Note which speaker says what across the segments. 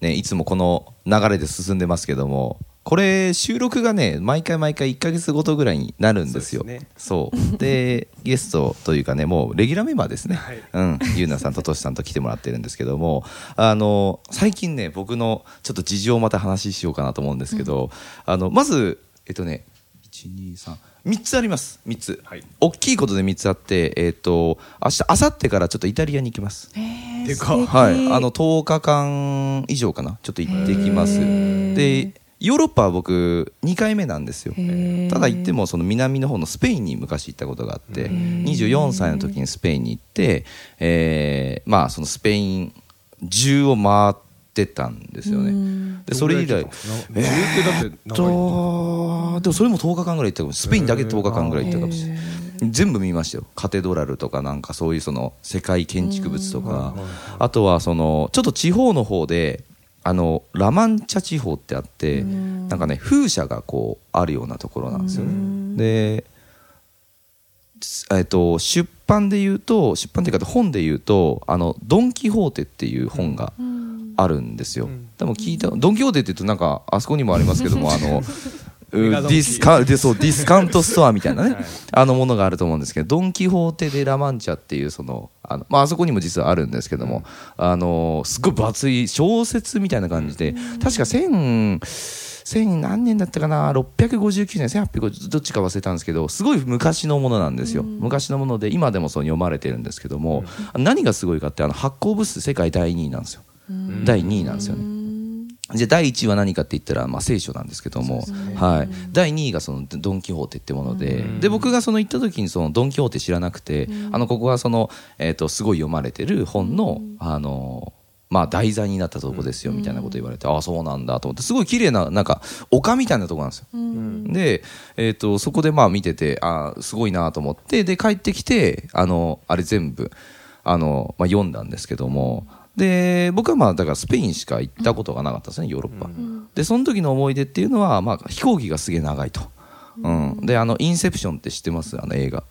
Speaker 1: ね、いつもこの流れで進んでますけどもこれ収録がね毎回毎回1か月ごとぐらいになるんですよ。そうで,、ゲストというかねもうレギュラーメンバーですね、うんゆうなさんととしさんと来てもらってるんですけどもあの最近ね僕のちょっと事情をまた話ししようかなと思うんですけど、あのまずえっとね123 3つあります3つ、大きいことで3つあってえっ、と明日明後日からちょっとイタリアに行きます
Speaker 2: でかっ
Speaker 1: はい、あの10日間以上かなちょっと行ってきますでヨーロッパは僕2回目なんですよただ行ってもその南の方のスペインに昔行ったことがあって24歳の時にスペインに行って、えーまあそのスペイン中を回ってたんですよねでそれ以来
Speaker 2: えー、ってだって長いよ
Speaker 1: とでもそれも10日間ぐらい行ったかもスペインだけ10日間ぐらい行ったかもしれない、全部見ましたよカテドラルとかなんかそういうその世界建築物とか、あとはそのちょっと地方の方であのラマンチャ地方ってあって、なんかね風車がこうあるようなところなんですよね、でえっと、出版で言うと出版っていうか本で言うと「あのドン・キホーテ」っていう本があるんですよ、でも聞いたドン・キホーテって言うとなんかあそこにもありますけどもあのう
Speaker 2: メガ
Speaker 1: デ
Speaker 2: ドンキ
Speaker 1: ィスカでそうディスカウントストアみたいなね、あのものがあると思うんですけどドン・キホーテ・デ・ラ・マンチャっていうそのあの、まああそこにも実はあるんですけども、あのすごい分厚い小説みたいな感じで、確か1000 1000何年だったかな659年1850どっちか忘れたんですけどすごい昔のものなんですよ、昔のもので今でもそう読まれてるんですけども、何がすごいかってあの発行部数世界第2位なんですよ、第2位なんですよね、じゃあ第1位は何かって言ったら、まあ、聖書なんですけども、はい、第2位がそのドン・キホーテってもので,、で僕がその行った時にそのドン・キホーテ知らなくて、あのここはその、えー、とすごい読まれてる本の、あのまあ、題材になったとこですよみたいなこと言われて、ああそうなんだと思ってすごい綺麗ななんか丘みたいなとこなんですよ。で、えー、とそこでまあ見ててあーすごいなと思ってで帰ってきてあのあれ全部あの、まあ、読んだんですけどもで僕はまあだからスペインしか行ったことがなかったですね、ヨーロッパ、でその時の思い出っていうのは、まあ、飛行機がすげえ長いと、うんであのインセプションって知ってますあの映画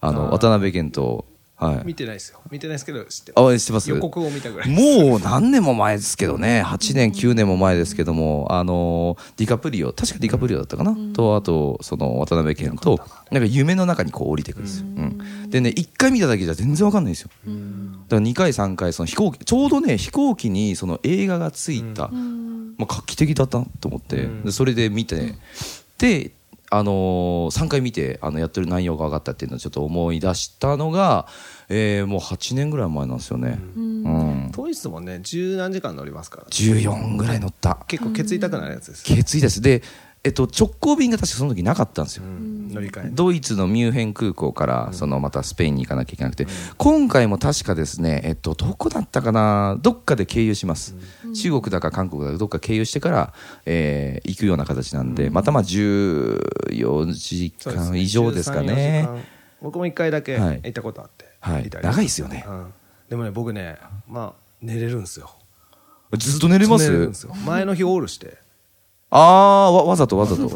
Speaker 1: あの渡辺謙とはい
Speaker 3: 見てないですよ見てないですけど知ってま
Speaker 1: あ知ってます
Speaker 3: す予告を見たぐらい
Speaker 1: もう何年も前ですけどね、8年、9年も前ですけども、あのディカプリオ、確かディカプリオだったかな、と、あと、その渡辺謙と、なんか夢の中にこう降りてくるんですよ。うんでね、1回見ただけじゃ全然わかんないんですよ。だから2回、3回、その飛行機、ちょうどね、飛行機にその映画がついた、まあ、画期的だったなと思って、でそれで見て、で、あのー、3回見てあのやってる内容が分かったっていうのをちょっと思い出したのが、えーもう8年ぐらい前なんですよね。うん
Speaker 3: 当日もね十何時間乗りますから
Speaker 1: 14ぐらい乗った
Speaker 3: 結構ケツ痛くなるやつですよ、
Speaker 1: ケツイですで、えっと、直行便が確かその時なかったんですよ、
Speaker 3: うん乗り換え
Speaker 1: ドイツのミュンヘン空港からそのまたスペインに行かなきゃいけなくて、今回も確かですね、えっと、どこだったかなどっかで経由します、中国だか韓国だかどっか経由してから、えー行くような形なんで、またまあ14時
Speaker 3: そう
Speaker 1: 間以上ですかね
Speaker 3: 13 14時間僕も一回だけ
Speaker 1: はい
Speaker 3: 行ったことあって、
Speaker 1: はい
Speaker 3: イタリア
Speaker 1: 長いですよね
Speaker 3: うんでもね僕ねまあ寝れるんですよ
Speaker 1: ずっと寝れま
Speaker 3: 寝る
Speaker 1: す
Speaker 3: んですよ前の日オールして
Speaker 1: ああわわざとわざと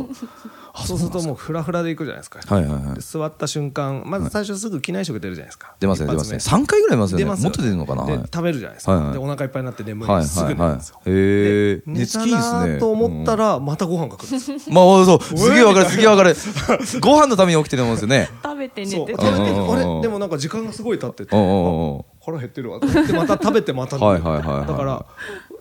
Speaker 3: そうするともうフラフラで行くじゃないですか、
Speaker 1: はいはい はい
Speaker 3: で座った瞬間まず最初すぐ機内食出るじゃないですか
Speaker 1: 出ますね
Speaker 3: 一
Speaker 1: 出ま
Speaker 3: 発
Speaker 1: す
Speaker 3: 目
Speaker 1: ね3回ぐらい出ますよね
Speaker 3: 出ます
Speaker 1: も
Speaker 3: よ
Speaker 1: っと出るのかな、
Speaker 3: で
Speaker 1: はい
Speaker 3: 食べるじゃないですか、
Speaker 1: はいはい
Speaker 3: でお腹いっぱいになって眠い、
Speaker 1: はい
Speaker 3: す
Speaker 1: は
Speaker 3: ぐ
Speaker 1: い
Speaker 3: 寝る
Speaker 1: は
Speaker 3: んですよ
Speaker 1: い。へえ。
Speaker 3: 寝
Speaker 1: 寝つ
Speaker 3: た
Speaker 1: きいいです
Speaker 3: な
Speaker 1: ね。
Speaker 3: と思った
Speaker 1: ら。
Speaker 3: らまたご飯が来るんですよ
Speaker 1: まあそうすげえわかるすげえわかる。 ご飯のために起きてるもんですよね。
Speaker 4: 食べて
Speaker 3: そ
Speaker 4: 寝
Speaker 3: う
Speaker 4: て
Speaker 3: 食べ
Speaker 4: た
Speaker 3: て
Speaker 1: うんうんうん
Speaker 3: あれでもなんか時間がすごい経ってて
Speaker 1: うんうんうん。
Speaker 3: 腹減ってるわと思ってまた食べてまた
Speaker 1: はいはいはいはい
Speaker 3: だから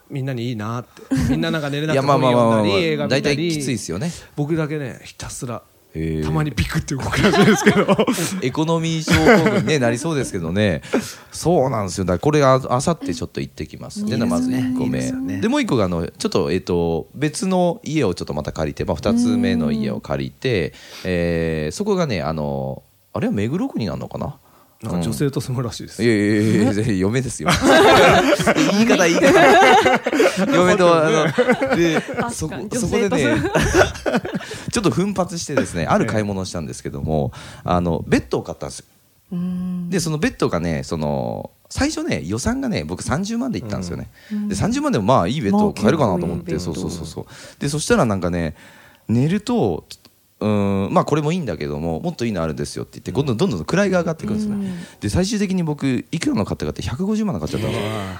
Speaker 3: みんなにいいなってみんななんか寝れないく
Speaker 1: や
Speaker 3: て
Speaker 1: まあ
Speaker 3: 本
Speaker 1: まあまあま
Speaker 3: 読
Speaker 1: あ
Speaker 3: ん
Speaker 1: ま
Speaker 3: だり映
Speaker 1: あ。
Speaker 3: 画
Speaker 1: 大
Speaker 3: 見た
Speaker 1: 体
Speaker 3: り
Speaker 1: きついですよね。
Speaker 3: 僕だけねひたすら
Speaker 1: へえ
Speaker 3: たまにピクって動くらしいです けど
Speaker 1: エコノミー症候群にねなりそうですけどね。そうなんですよ。だからこれがあさってちょっと行ってきます。でまず1個目。でもう1個があのちょっとえっと別の家をちょっとまた借りて、まあ2つ目の家を借りて、えーそこがねあのあれは目黒区になるのかな。
Speaker 3: なんか女性と住むらしいです
Speaker 1: い。やいやいやいや嫁ですよ 言い方言い方 嫁とあのでそこそこでね ちょっと奮発して ですねある買い物をしたんですけどもあのベッドを買ったんですよでそのベッドがねその最初ね予算がね僕30万で行ったんですよね、で30万でもまあいいベッドを買えるかなと思って、
Speaker 4: まあ
Speaker 1: そ
Speaker 4: 結
Speaker 1: う
Speaker 4: 構いい
Speaker 1: そうそうそうでそしたらなんかね寝るとうーんまあこれもいいんだけどももっといいのあるんですよって言ってどんどんどんどん位が上がっていくんですね、で最終的に僕いくらの買ったかって150万の買っちゃったんで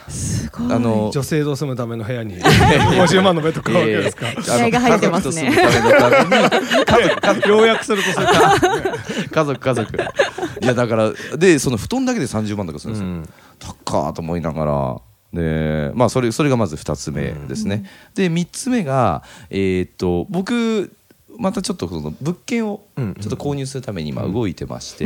Speaker 1: すよ
Speaker 4: すごい
Speaker 1: あの
Speaker 3: 女性と住むための部屋に50万の ベッド買うわけですか。
Speaker 4: 気合が入ってますね
Speaker 1: あの家族と住むためのために
Speaker 3: ようやくするとそれか。
Speaker 1: 家族家族いやだからでその布団だけで30万とかするんですよ、高っと思いながらでまあそれそれがまず2つ目ですね、で3つ目がえーっと僕またちょっとその物件をちょっと購入するために今動いてまして、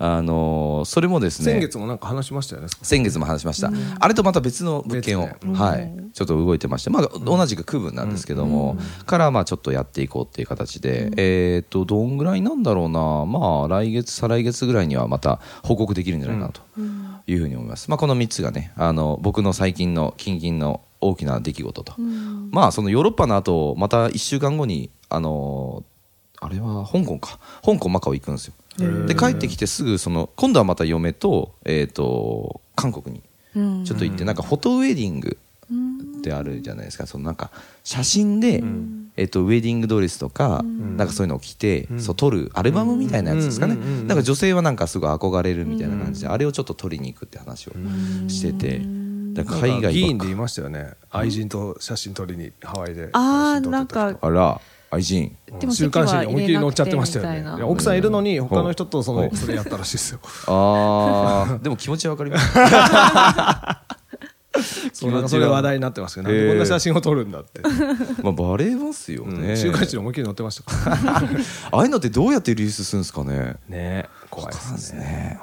Speaker 1: あのーそれもですね
Speaker 3: 先月もなんか話しましたよね。
Speaker 1: 先月も話しました、あれとまた別の物件を、
Speaker 3: 別
Speaker 1: はい、ちょっと動いてまして、まあ、同じく区分なんですけども、からまあちょっとやっていこうっていう形で、えーっとどんぐらいなんだろうな、まあ、来月再来月ぐらいにはまた報告できるんじゃないかなというふうに思います、まあ、この3つがねあの僕の最近の近々の大きな出来事と、まあそのヨーロッパの後また1週間後にあのあれは香港か香港マカオ行くんですよで帰ってきてすぐその今度はまた嫁と,、えー、と韓国に
Speaker 4: うん
Speaker 1: ちょっと行って、なんかフォトウェディングってあるじゃないですかそのなんか写真で、えっとウェディングドレスとか、なんかそういうのを着て、そう撮るアルバムみたいなやつですかね、なんか女性はなんかすごい憧れるみたいな感じで、あれをちょっと撮りに行くって話をしてて、だから海外ばっか
Speaker 3: 議員で言いましたよね。愛人と写真撮りにハワイで。
Speaker 4: あーなんか
Speaker 1: あら愛人
Speaker 4: でも
Speaker 3: 週刊誌に思いっきり載っちゃってましたよ
Speaker 4: 席は入れなくてみたいな
Speaker 3: ねいや奥さんいるのに他の人とそ
Speaker 1: うん
Speaker 3: のそれやったらし いですよ
Speaker 1: あー でも気持ちはわかります
Speaker 3: そうなんかそれ話題になってますけどなんでこんな写真を撮るんだって
Speaker 1: まあバレますよね、
Speaker 3: うん週刊誌に思いっきり載ってましたから
Speaker 1: ああいうのってどうやってリリースするんですかね
Speaker 3: ね怖いで
Speaker 1: そうですす
Speaker 3: ね
Speaker 1: ね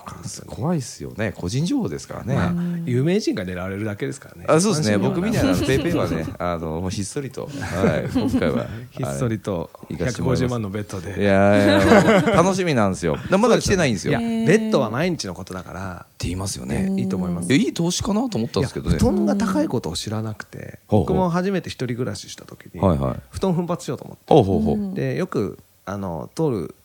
Speaker 1: 怖いですよね個人情報ですからね、
Speaker 3: 有名人が狙われるだけですからね
Speaker 1: あそうですね
Speaker 3: 一般市民は
Speaker 1: 僕みたい なペイペイはねあのもうひっそりと、 はい、今回は
Speaker 3: ひっそりと
Speaker 1: 行かせてもらいます
Speaker 3: 150万のベッド
Speaker 1: はいい
Speaker 3: で
Speaker 1: やいやもう楽しみなんです よだまだ来てないんです
Speaker 3: い
Speaker 1: よ
Speaker 3: や
Speaker 1: っ
Speaker 3: ベ
Speaker 1: て
Speaker 3: ッドは毎日のことだから
Speaker 1: 言いますよね
Speaker 3: いいと思います
Speaker 1: いやいい投資かなと思ったんですけどね
Speaker 3: 布団が高いことを知らなくて
Speaker 1: ほうほう
Speaker 3: 僕も初めて一人暮らしした時に
Speaker 1: はいはい
Speaker 3: 布団奮発しようと思って
Speaker 1: ほうほうほう、
Speaker 3: でよくあの通る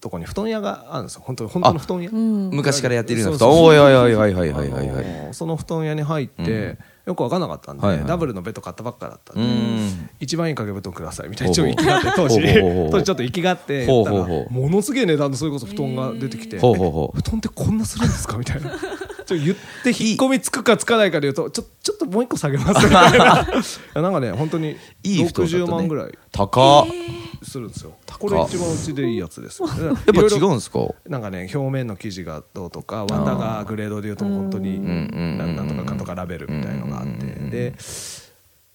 Speaker 3: とこに布団屋があるんですよ本当に本当の布団屋
Speaker 1: 昔からやっているような布
Speaker 3: そう
Speaker 1: 団
Speaker 3: そうそう
Speaker 1: おいおいおいおいはいはいはいはい
Speaker 3: あのーその布団屋に入って、よく分かんなかったんで、
Speaker 1: はいはい
Speaker 3: ダブルのベッド買ったばっかだったんで、
Speaker 1: うん
Speaker 3: 一番いい掛け布団くださいみたい
Speaker 1: ほう
Speaker 3: なち
Speaker 1: ほ
Speaker 3: ょ
Speaker 1: う
Speaker 3: っと意気
Speaker 1: ほうほう
Speaker 3: があって当時
Speaker 1: ほう
Speaker 3: 当時ちょっと意気があって
Speaker 1: ほうほうほう
Speaker 3: 言ったらものすげえ値段のそれこそ布団が出てきて、
Speaker 1: ほうほうほう
Speaker 3: え布団ってこんなするんですかみた いな。ちょっと言って引っ込みつくかつかないかで言うとちょちょっともう一個下げますみたいな なんかね本当に
Speaker 1: いい布団だと、ね、
Speaker 3: 60万ぐらい
Speaker 1: 高っ
Speaker 3: するんですよ、これ一番うちでいいやつですよやっ
Speaker 1: やっぱ違うんですか
Speaker 3: なんかね表面の生地がどうとか綿がグレードでいうと本当に
Speaker 1: ん
Speaker 3: ななんとかかんとかラベルみたいのがあってで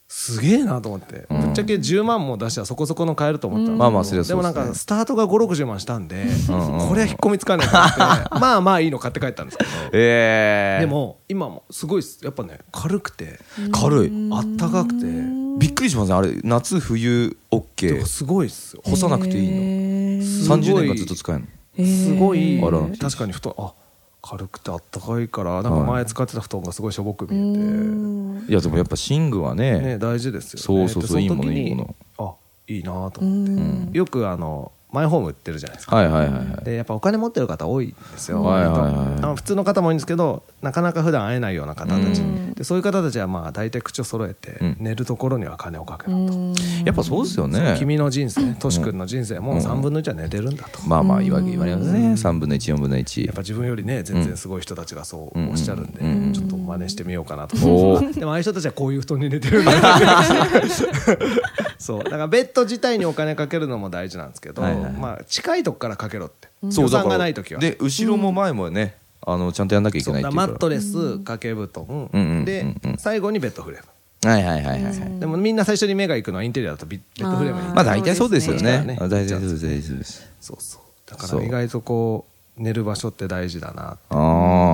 Speaker 3: すげえなと思ってぶっちゃけ10万も出したらそこそこの買えると思ったの
Speaker 1: まあまあそりゃ
Speaker 3: で
Speaker 1: そう
Speaker 3: も
Speaker 1: で
Speaker 3: な
Speaker 1: す
Speaker 3: ん
Speaker 1: ね
Speaker 3: かスタートが560万したんでこれは引っ込みつかないと思ってまあまあいいの買って帰ったんですけど
Speaker 1: ええー、
Speaker 3: でも今もすごいっすやっぱね軽くて
Speaker 1: 軽い
Speaker 3: あったかくて
Speaker 1: びっくりしますねあれ夏冬
Speaker 3: て
Speaker 1: OK
Speaker 3: かすごいっすよ
Speaker 1: 干さなくていいの、
Speaker 3: すごい
Speaker 1: 30年間ずっと使えるの
Speaker 3: すごい
Speaker 1: あら
Speaker 3: 確かに布団あ軽くてあったかいからなんか前使ってた布団がすごいしょぼく見えて、
Speaker 1: いやでもやっぱ寝具はね
Speaker 3: ね、大事ですよね
Speaker 1: そうそうそう
Speaker 3: での時
Speaker 1: いいものいい
Speaker 3: に
Speaker 1: も
Speaker 3: あいいなと思って、よくあのマイホーム売ってるじゃないですか、
Speaker 1: はいはいはいはい
Speaker 3: でやっぱお金持ってる方多いんですよ、
Speaker 1: はいはいはい
Speaker 3: 割とあの普通の方も多いんですけどなかなか普段会えないような方たち、でそういう方たちはまあ大体口を揃えて、
Speaker 1: ん
Speaker 3: 寝るところには金をかけろと、
Speaker 1: やっぱそうですよね
Speaker 3: 君の人生トシ君の人生も3分の1は寝てるんだと、
Speaker 1: まあまあ言わ言われますね3分の14分の
Speaker 3: やっぱ
Speaker 1: 1
Speaker 3: 自分よりね全然すごい人たちがそうおっしゃるんで、ちょっと真似してみようかなと
Speaker 1: おー
Speaker 3: でもああいう人たちはこういう布団に寝てるんだ そうだからベッド自体にお金かけるのも大事なんですけど、
Speaker 1: はいはいはい
Speaker 3: まあ、近いとこからかけろって
Speaker 1: そう
Speaker 3: 予
Speaker 1: だ
Speaker 3: 算
Speaker 1: か
Speaker 3: が
Speaker 1: ら
Speaker 3: ない時は
Speaker 1: で後ろも前もねあのちゃんとやんなきゃいけ
Speaker 3: そう
Speaker 1: な
Speaker 3: だ
Speaker 1: いってい
Speaker 3: か
Speaker 1: うか
Speaker 3: らマ
Speaker 1: ら
Speaker 3: ットレス掛け布団、
Speaker 1: うんうん
Speaker 3: で、
Speaker 1: うんうん
Speaker 3: 最後にベッドフレーム
Speaker 1: はいはいはいはいはい
Speaker 3: でもみんな最初に目が行くのはインテリアだとビベッドフレームに
Speaker 1: まあ大体そうですよ
Speaker 3: そうです
Speaker 1: ね
Speaker 3: ね
Speaker 1: あ大体そうです大体そうです
Speaker 3: そうそうだか
Speaker 1: そう
Speaker 3: ら意外とこう寝る場所って大事だな
Speaker 1: ああ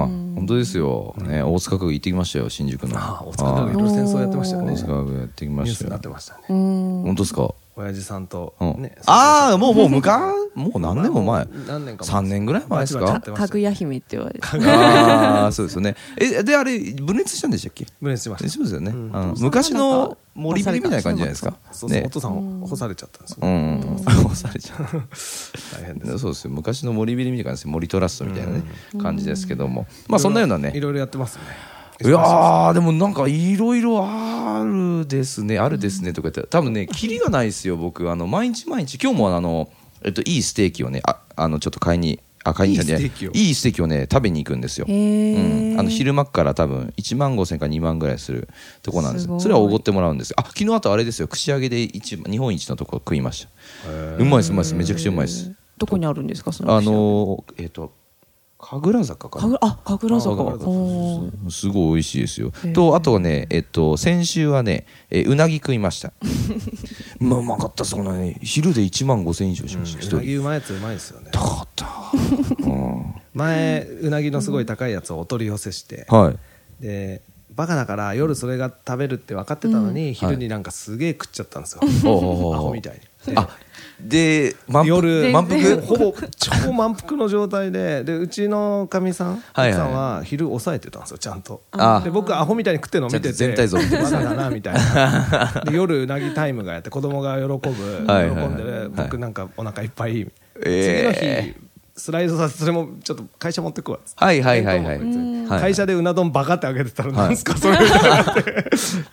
Speaker 1: 本当ですよね大塚区行ってきましたよ新宿の
Speaker 3: ああ大塚区いろいろ戦争やってましたよ
Speaker 1: はい
Speaker 3: ね
Speaker 1: 大塚区やってきま
Speaker 3: ニュー
Speaker 1: し
Speaker 3: スに
Speaker 1: た
Speaker 3: な
Speaker 1: よ
Speaker 3: ってましたね
Speaker 1: 本当ですか
Speaker 3: 親父さんと、
Speaker 1: うん
Speaker 3: ね
Speaker 1: ああもうもう無関もう何年も前
Speaker 3: 何年か
Speaker 1: 3年ぐらい前です
Speaker 3: バチバ
Speaker 1: か
Speaker 3: チ
Speaker 4: かぐや姫って言われて。
Speaker 1: ああそうですよねえであれ分裂したんでしたっけ
Speaker 3: 無理しました
Speaker 1: そうですよね、
Speaker 3: うん
Speaker 1: あの
Speaker 4: お父さんがなん
Speaker 1: 昔
Speaker 4: か
Speaker 1: の森ビリみたいな感じじゃないですか
Speaker 3: そうそう、
Speaker 1: ね
Speaker 3: お父さんを干されちゃったんですよ
Speaker 1: う
Speaker 3: ね、
Speaker 1: ん 押されちゃう
Speaker 3: 大変です
Speaker 1: そうですよ昔の森ビリみたいな感じです森トラストみたいなね、感じですけどもまあそんなようないね
Speaker 3: ろいろやってますね
Speaker 1: いやーでもなんかいろいろあるですねあるですねとか言って多分ねキリがないですよ僕あの毎日毎日今日もあの、えっと、いいステーキをねああのちょっと買いにあ買いに行ったんじゃない
Speaker 3: いいステーキを
Speaker 1: いいステーキをね食べに行くんですよ
Speaker 4: へー
Speaker 1: うん、あの昼間っから多分1万5千か2万ぐらいするとこなんです
Speaker 4: すごい
Speaker 1: それはおごってもらうんですあ昨日あとあれですよ串揚げで一日本一のとこ食いましたうまいですうまいですめちゃくちゃうまいです
Speaker 4: どこにあるんですかその。
Speaker 1: あ。のーえっ、と神楽坂かな
Speaker 4: かぐあ神楽
Speaker 1: あ
Speaker 4: 坂。
Speaker 1: 神楽坂
Speaker 4: おー
Speaker 1: すごい美味しいですよ
Speaker 4: へ。え
Speaker 1: とあとはね、えっと、先週はね、えうなぎ食いました。 まあ、うまかったそこのね昼で1万5千以上しました、一
Speaker 3: うなぎ
Speaker 1: 人
Speaker 3: うまいやつうまいですよね
Speaker 1: 高かった、うん
Speaker 3: 前うなぎのすごい高いやつをお取り寄せして、
Speaker 1: はい
Speaker 3: でバカだから夜それが食べるって分かってたのに、昼になんかすげえ食っちゃったんですよ、
Speaker 1: ほうほうほう
Speaker 3: アホみたいにで
Speaker 1: あで満腹
Speaker 3: 夜
Speaker 1: 満腹
Speaker 3: ほぼ超満腹の状態ででうちのかみさん
Speaker 1: はいはい
Speaker 3: 奥さんは昼抑えてたんですよちゃんと
Speaker 1: あ
Speaker 3: で僕アホみたいに食ってるのを見てて
Speaker 1: ちゃんと全体像を見て
Speaker 3: バカだなみたいなで夜うなぎタイムがやって子供が喜ぶ喜
Speaker 1: はいはい
Speaker 3: んでる僕なんかお腹いっぱい次
Speaker 1: え
Speaker 3: の日スライドさせてそれもちょっと会社持ってくわっつって
Speaker 1: はいはいはいはい
Speaker 3: 弁当持ってく
Speaker 1: はい
Speaker 3: 会社でうな丼バカってあげてたらなんですかそれみたいになって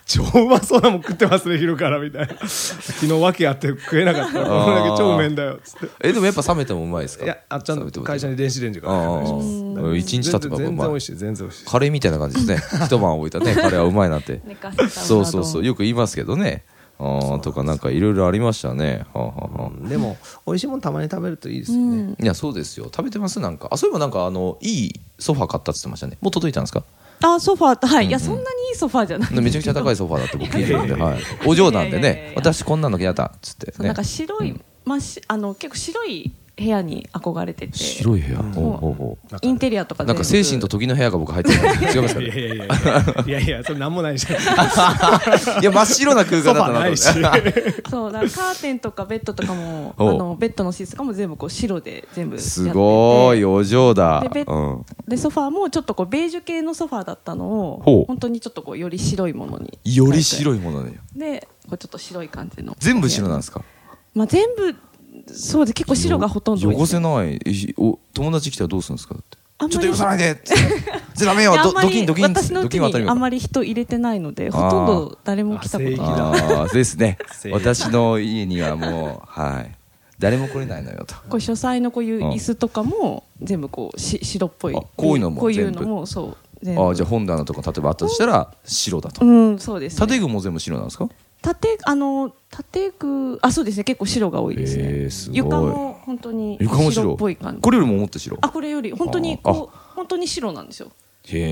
Speaker 3: 超うまそうなもん食ってますね昼からみたいな昨日訳あって食えなかったこのだけ超うめえんだよっつって
Speaker 1: えでもやっぱ冷めてもうまいですか
Speaker 3: いや、あちゃんと会社
Speaker 1: に
Speaker 3: に電子レンジから
Speaker 1: ああ
Speaker 3: お願いします
Speaker 1: ああ一日経てば
Speaker 3: 全然全
Speaker 1: まあ
Speaker 3: 然美味しい、全然美味しい。
Speaker 1: カレーみたいな感じです ね一晩置いたねカレーはうまいなんて
Speaker 4: 寝かせたうな丼
Speaker 1: そうそうそうよく言いますけどねあーとかなんかいろいろありましたねはあはあはあ
Speaker 3: でも、美味しいもんたまに食べるといいですよね。
Speaker 1: いやそうですよ食べてますなんかあそういえばなんかあのいいソファー買ったって言ってましたねもう届いたんです か
Speaker 4: あソファーはいいやそんなにいいソファーじゃない。
Speaker 1: めちゃくちゃ高いソファーだって 僕聞いてるんで、はい、お嬢なんで
Speaker 4: いやいやいや
Speaker 1: ね
Speaker 4: いや
Speaker 1: 私こんなの嫌だっつって
Speaker 4: そうな
Speaker 1: ね
Speaker 4: んか白いましあの結構白い部屋に憧れてて。
Speaker 1: 白い部屋ほうほうほう
Speaker 4: インテリアとか
Speaker 1: なんか精神と時の部屋が僕入ってたんで違いますか
Speaker 3: い
Speaker 1: ね
Speaker 3: やいやいやいや、いやいや、それなんもないじゃん。ソ
Speaker 1: いや真っ白な空
Speaker 3: フ
Speaker 1: 間だったなと
Speaker 3: ァな
Speaker 1: 思
Speaker 3: い
Speaker 1: って
Speaker 3: し。
Speaker 4: そうだからカーテンとかベッドとかもあ
Speaker 1: おう
Speaker 4: のベッドのシーツとかも全部こう白で全部やってて
Speaker 1: すごいお嬢だ
Speaker 4: でベ
Speaker 1: う
Speaker 4: ッ
Speaker 1: ん
Speaker 4: でソファーもちょっとこうベージュ系のソファーだったの
Speaker 1: ほう
Speaker 4: を本当にちょっとこうより白いものに
Speaker 1: より白いものね
Speaker 4: でこうちょっと白い感じの
Speaker 1: 全部白なんですか
Speaker 4: まあ全部そうで結構白がほとんど
Speaker 1: よ汚せないえひお友達来たらどうするんですかって
Speaker 4: あんまり
Speaker 1: ちょっと汚さないでっつってじゃあダメよ
Speaker 4: であ
Speaker 1: ド
Speaker 4: んまり
Speaker 1: ドキンドキンっつっ
Speaker 4: 私
Speaker 1: て
Speaker 4: の
Speaker 1: ド
Speaker 4: う
Speaker 1: キ
Speaker 4: ち
Speaker 1: ンは当たる
Speaker 4: に
Speaker 1: よ
Speaker 4: あんまり人入れてないのでほとんど誰も来たこと
Speaker 3: あ
Speaker 4: ない
Speaker 1: ああーですね
Speaker 3: 正義だ
Speaker 1: 私の家にはもうはい誰も来れないのよと
Speaker 4: こう書斎のこういう椅子とかも全部こうし白っぽい
Speaker 1: あこういうのも
Speaker 4: こういう
Speaker 1: 全部
Speaker 4: のもそう全部
Speaker 1: ああじゃあ本棚とか例えばあったとしたら白だと
Speaker 4: うんそうです、ね、
Speaker 1: 建具も全部白なんですか
Speaker 4: 縦あの縦具あそうですね結構白が多いですね、
Speaker 1: へーすごい
Speaker 4: 床も本当に
Speaker 1: 床も白
Speaker 4: っぽい感じ
Speaker 1: これよりももっと白
Speaker 4: あこれより本当にこう本当に白なんですよ
Speaker 1: へ
Speaker 4: ホ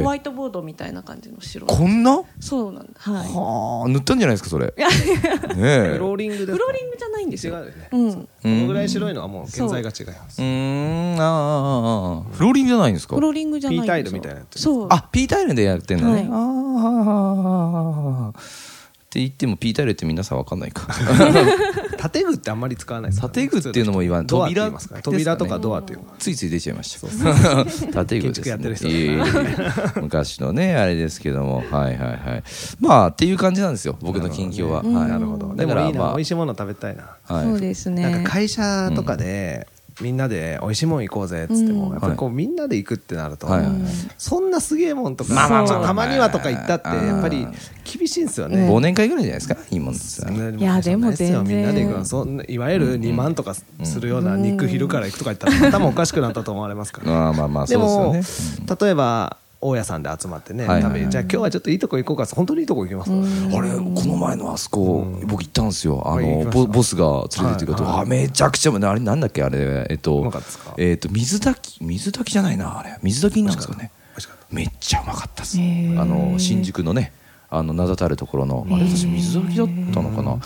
Speaker 1: え
Speaker 4: ワイトボードみたいな感じの白
Speaker 1: こんな
Speaker 4: そうなんはい
Speaker 1: はあ塗ったんじゃないですかそれね
Speaker 4: や
Speaker 1: え
Speaker 3: ローリングで
Speaker 4: フローリングじゃないんです
Speaker 3: 違う
Speaker 4: よ
Speaker 3: よね。
Speaker 4: うん
Speaker 3: このぐらい白いのはもう現在が違いま
Speaker 1: う
Speaker 3: す。
Speaker 1: ーんあーあーあーフローリングじゃないんですか
Speaker 4: フローリングじゃないんですよ
Speaker 3: P タイルみたいなやつ
Speaker 4: そう
Speaker 1: あ、ピータイルでやってんだね。
Speaker 4: はい
Speaker 1: ああ、はあ、はあ、はあ。って言っても、ピータイルって皆さんわかんない か。
Speaker 3: 建具ってあんまり使わないですから
Speaker 1: 建
Speaker 3: ね。
Speaker 1: 具っていうのも言わない
Speaker 3: ドアって言いますからね
Speaker 1: 扉
Speaker 3: 扉
Speaker 1: ですかね
Speaker 3: とかドアっていうのは
Speaker 1: ついつい出ちゃいました。 建具
Speaker 3: 建築やって
Speaker 1: で
Speaker 3: る
Speaker 1: す
Speaker 3: 人
Speaker 1: ね。いえ
Speaker 3: だ
Speaker 1: いえいえ 昔のね、あれですけども、はいはいはい。まあ、っていう感じなんですよ。僕の近況は。はい、なるほど
Speaker 3: で
Speaker 1: だか
Speaker 3: もい
Speaker 1: ら、
Speaker 3: いな、
Speaker 1: ま
Speaker 3: 美味しいもの食べたいな。
Speaker 1: あ、は
Speaker 4: そう
Speaker 1: い。
Speaker 4: です
Speaker 3: なん
Speaker 4: ね
Speaker 3: か会社とかで、みんなで美味しいもん行こうぜっつっても、やっぱりこうみんなで行くってなると、
Speaker 1: はいはいはい
Speaker 3: そんなすげえもんとか、
Speaker 4: まあまあまあ
Speaker 3: ちょっとたまにはとか言ったって
Speaker 1: まあまあ
Speaker 3: やっぱり厳しいんですよね。
Speaker 1: 忘年会ぐらいじゃないですか。いいもんですよね。
Speaker 4: いやでも全然
Speaker 3: みんなで行くのそんないわゆる2万とかするような肉昼から行くとか言ったら頭おかしくなったと思われますから、
Speaker 1: まあまあまあ、
Speaker 3: で
Speaker 1: そう
Speaker 3: も
Speaker 1: ですよね。
Speaker 3: 例えば大家さんで集まってね、
Speaker 1: はいはいはい
Speaker 3: 食べじゃあ今日はちょっといいとこ行こうか本当にいいとこ行きますからね
Speaker 1: あれこの前のあそこ、僕行ったんですよあ
Speaker 3: はい
Speaker 1: の
Speaker 3: 行きまし
Speaker 1: ボ
Speaker 3: た
Speaker 1: ボスが連れてってくれて、
Speaker 3: はいはい
Speaker 1: あめちゃくちゃうまいあれなんだっけあれえっと
Speaker 3: うまかったですか
Speaker 1: えっと水炊き水炊きじゃないなあれ水炊きなんですかね
Speaker 3: 美味しかった
Speaker 1: めっちゃうまかったです
Speaker 4: へー
Speaker 1: あの新宿のねあの名だたるところのあれ私水炊きだったのかな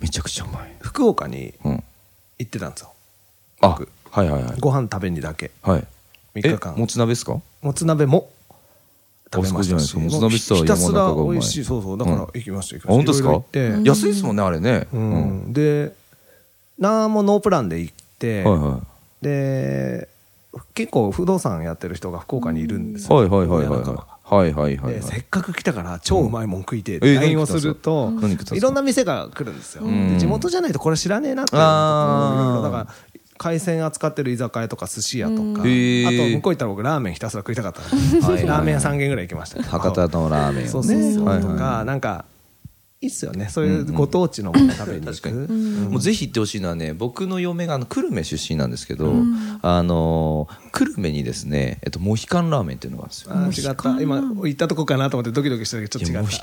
Speaker 1: めちゃくちゃうまい、
Speaker 3: 福岡に
Speaker 1: うん、
Speaker 3: 行ってたんですよ
Speaker 1: あはいはいはい
Speaker 3: ご飯食べにだけ
Speaker 1: はい
Speaker 3: 3日間
Speaker 1: えもつ鍋ですか
Speaker 3: もつ鍋も
Speaker 1: あ
Speaker 3: 食べましたし
Speaker 1: そこじゃないですかもつ鍋スターは
Speaker 3: ひたすら
Speaker 1: 山中がうま
Speaker 3: 美
Speaker 1: い
Speaker 3: 味しいそうそうだから行きました行き
Speaker 1: あ本当
Speaker 3: ま
Speaker 1: で
Speaker 3: し
Speaker 1: す
Speaker 3: た
Speaker 1: か
Speaker 3: いろいろ行って
Speaker 1: 安いですもんねあれね、
Speaker 3: う
Speaker 1: うん
Speaker 3: んで何もノープランで行って
Speaker 1: はいは
Speaker 3: で結構不動産やってる人が福岡にいるんです
Speaker 1: い
Speaker 3: よ
Speaker 1: はいはいはい
Speaker 3: 親
Speaker 1: はい
Speaker 3: 仲間
Speaker 1: はいはいはい
Speaker 3: で
Speaker 1: は
Speaker 3: せ
Speaker 1: い
Speaker 3: っかく来たから超うまいもん食いてえっ
Speaker 1: うんえ
Speaker 3: て
Speaker 1: ー
Speaker 3: LINE を
Speaker 1: 何食ったん
Speaker 3: す
Speaker 1: です
Speaker 3: る
Speaker 1: か
Speaker 3: と
Speaker 1: 何食ったんですか
Speaker 3: いろんな店が来るんですよ
Speaker 1: ん
Speaker 3: で地元じゃないとこれ知らねえなっていうの
Speaker 1: あー
Speaker 3: といろいろだから海鮮扱ってる居酒屋とか寿司屋とかあと
Speaker 1: へー
Speaker 3: 向こう行ったら僕ラーメンひたすら食いたかったんで
Speaker 1: はいはい
Speaker 3: ラーメン屋3軒ぐらい行きました
Speaker 1: 博多のラーメン
Speaker 3: そうそうそう
Speaker 1: はい
Speaker 3: とかなんかいいっすよねそういうご当地のもの食べに行
Speaker 1: 確かに
Speaker 3: く
Speaker 1: もうぜひ行ってほしいのはね僕の嫁があの久留米出身なんですけど、あのー久留米にですね、えっと、モヒカンラーメンっていうのがあるんですよ。
Speaker 3: あー違った今行ったとこかなと思ってドキドキしたけどちょっと違っ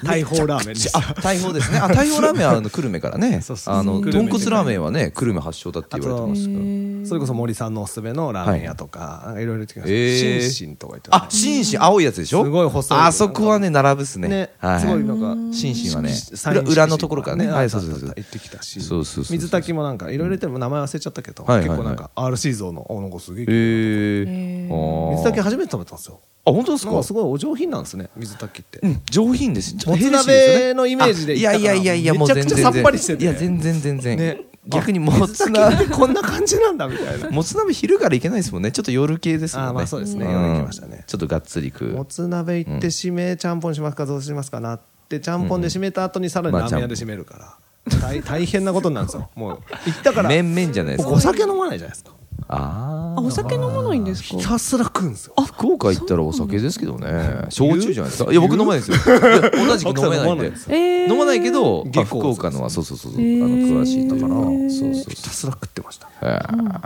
Speaker 3: た大砲ラーメンでした
Speaker 1: あ大砲ですねあ大砲ラーメンは あの久留米からね
Speaker 3: そうそうそう
Speaker 1: あの
Speaker 3: 久留
Speaker 1: 豚
Speaker 3: 米
Speaker 1: 骨ラーメンはね久留米発祥だって言われてますけど
Speaker 3: それこそ森さんのおすすめのラーメン屋とか、なんかいろいろ言ってきました。
Speaker 1: えー
Speaker 3: シンシンとか言ってま
Speaker 1: あシンシン青いやつでしょ
Speaker 3: すごい細い
Speaker 1: あそこはね並ぶっすね
Speaker 3: ねね、
Speaker 1: はい、
Speaker 3: すごいなんか、
Speaker 1: シンシンはね
Speaker 3: サイ
Speaker 1: 裏
Speaker 3: ン色紙
Speaker 1: 裏のところからね
Speaker 3: あ
Speaker 1: はい
Speaker 3: った
Speaker 1: そ
Speaker 3: あ
Speaker 1: う
Speaker 3: った
Speaker 1: そうそう
Speaker 3: 行ってきたし、
Speaker 1: そうそうそうそう
Speaker 3: 水炊きもなんか、いろいろ言っても名前忘れちゃったけど、
Speaker 1: はいはいはい
Speaker 3: 結構なんか、RC 像の、おなんかすげえ、
Speaker 1: へえ
Speaker 4: へー
Speaker 1: 水
Speaker 3: 水炊き初めて食べたんですよ。
Speaker 1: あ本当です
Speaker 3: なん
Speaker 1: か
Speaker 3: かすごいお上品なんですね、水炊きって。
Speaker 1: うん、上品です。ちょっと
Speaker 3: もつ
Speaker 1: ヘルシーですよね
Speaker 3: 鍋のイメージで
Speaker 1: あいや
Speaker 3: いったから
Speaker 1: いやいやいや、もう
Speaker 3: めち
Speaker 1: 全
Speaker 3: ゃくちゃ
Speaker 1: 然。
Speaker 3: さっぱりしてて
Speaker 1: いや、全然全然。
Speaker 3: ね
Speaker 1: 逆にもつ
Speaker 3: な
Speaker 1: 鍋
Speaker 3: ん、でこんな感じなんだみたい な。
Speaker 1: もつ鍋昼からいけないですもんね。ちょっと夜系ですもんね。
Speaker 3: あーまあそうですね
Speaker 1: ん
Speaker 3: 夜行きましたね
Speaker 1: ちょっとがっつり食
Speaker 3: も
Speaker 1: う。
Speaker 3: つ鍋行って締め、ちゃんぽんしますかどうしますかなってちゃんぽんで締めた後にさらに
Speaker 1: まあ
Speaker 3: ラーメン屋で締めるから、大大変なことになるんですよもう行ったから
Speaker 1: 麺々じゃないです
Speaker 3: 僕
Speaker 1: か。
Speaker 3: お酒飲まないじゃないですか
Speaker 1: あ
Speaker 4: あお酒飲まないんですか
Speaker 3: ひたすら食うんですよ
Speaker 1: あ。福岡行ったらお酒ですけどね。焼酎じゃないですか。いや、僕飲まない ですよ。いや同じく飲めないんで
Speaker 3: 奥。さ
Speaker 4: えー
Speaker 1: 飲まないけど、まあ
Speaker 3: 下校
Speaker 1: 福岡のは、そうそうそうそう、あの、
Speaker 4: へー
Speaker 1: 詳しいというか。そうそう
Speaker 3: ひた
Speaker 1: そ
Speaker 3: すら食ってました
Speaker 1: う。へー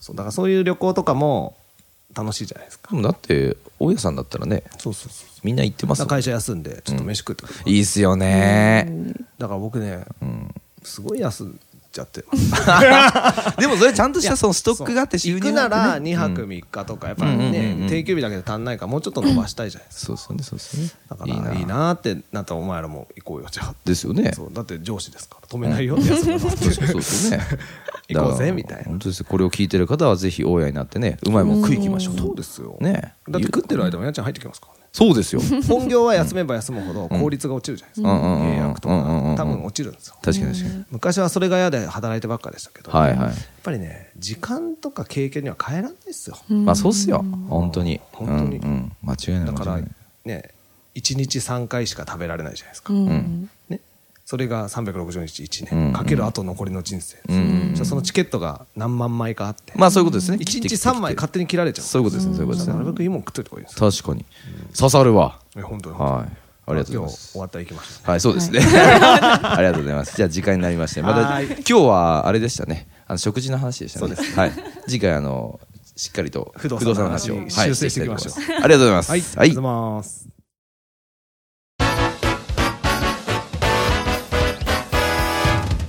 Speaker 3: そうだからそういう旅行とかも楽しいじゃないですか
Speaker 1: でもだって、大家さんだったらね、
Speaker 3: そうそうそう
Speaker 1: みんな行ってますもん
Speaker 3: 会社休んでちょっと飯食ってくる、
Speaker 1: いいっすよね。
Speaker 3: だから僕ね、すごい休んじゃって
Speaker 1: でもそれちゃんとしたそのストックがあって収入
Speaker 3: 行く
Speaker 1: があ
Speaker 3: な
Speaker 1: ってね
Speaker 3: ら2泊3日とかやっぱりね、定休日だけで足んないからもうちょっと伸ばしたいじゃないですか
Speaker 1: そうですよねそうですよね
Speaker 3: だからいいなーってなったらお前らも行こうよじゃあ
Speaker 1: ですよね
Speaker 3: そうだって上司ですから止めないよってやつもだって
Speaker 1: そうそうですよね
Speaker 3: 行こうぜ
Speaker 1: だから
Speaker 3: みたいな
Speaker 1: 本当ですよこれを聞いてる方はぜひ大家になってねうまいもん食い行きましょうと
Speaker 3: そうですよ
Speaker 1: ね
Speaker 3: だって食ってる間も家賃入ってきますからね
Speaker 1: そうです よ確
Speaker 3: 本業は休めば休むほど効率が落ちるじゃないですか
Speaker 1: うんうんうんうん
Speaker 3: 契約と
Speaker 1: うんうんうんう
Speaker 3: か
Speaker 1: ん
Speaker 3: 多分落ちるんですよ
Speaker 1: かに確かに
Speaker 3: 昔はそれが嫌で働いてばっかでしたけど
Speaker 1: はい
Speaker 3: やっ
Speaker 1: はい
Speaker 3: ぱりね時間とか経験には変えられないですよ
Speaker 1: まあそうっすよ本当に
Speaker 3: 本当に
Speaker 1: うんうん間違いない
Speaker 3: だか
Speaker 1: 間
Speaker 3: ら
Speaker 1: 違いない
Speaker 3: ね1日3回しか食べられないじゃないですか
Speaker 4: うん
Speaker 3: ね、それが365日1
Speaker 1: うんう
Speaker 3: 年
Speaker 1: ん
Speaker 3: かけるあと残りの人生、
Speaker 1: ん
Speaker 3: じゃあそのチケットが何万枚かあって、
Speaker 1: まあそういうことですね
Speaker 3: 1日3枚勝手に切られちゃう
Speaker 1: そういうことですねそういうことです
Speaker 3: なるべ
Speaker 1: ね
Speaker 3: くいいもん食っといた方がいいですよ
Speaker 1: 確かに刺さるわ
Speaker 3: え本当に本
Speaker 1: はいあ
Speaker 3: 当
Speaker 1: り
Speaker 3: に
Speaker 1: がとうございま
Speaker 3: 今日
Speaker 1: す
Speaker 3: 終わったら行きました
Speaker 1: はい、そうですね。 ありがとうございます。じゃあ時間になりまして、また
Speaker 3: はい
Speaker 1: 今日はあれでしたね。あの食事の話でしたね。
Speaker 3: そうです
Speaker 1: はい。次回あのしっかりと
Speaker 3: 不動産
Speaker 1: の話を
Speaker 3: の
Speaker 1: は
Speaker 3: 話に
Speaker 1: い
Speaker 3: 修正していきましょう
Speaker 1: ていきたいと思いますありがとうございます。
Speaker 3: はい、ありがとうございます、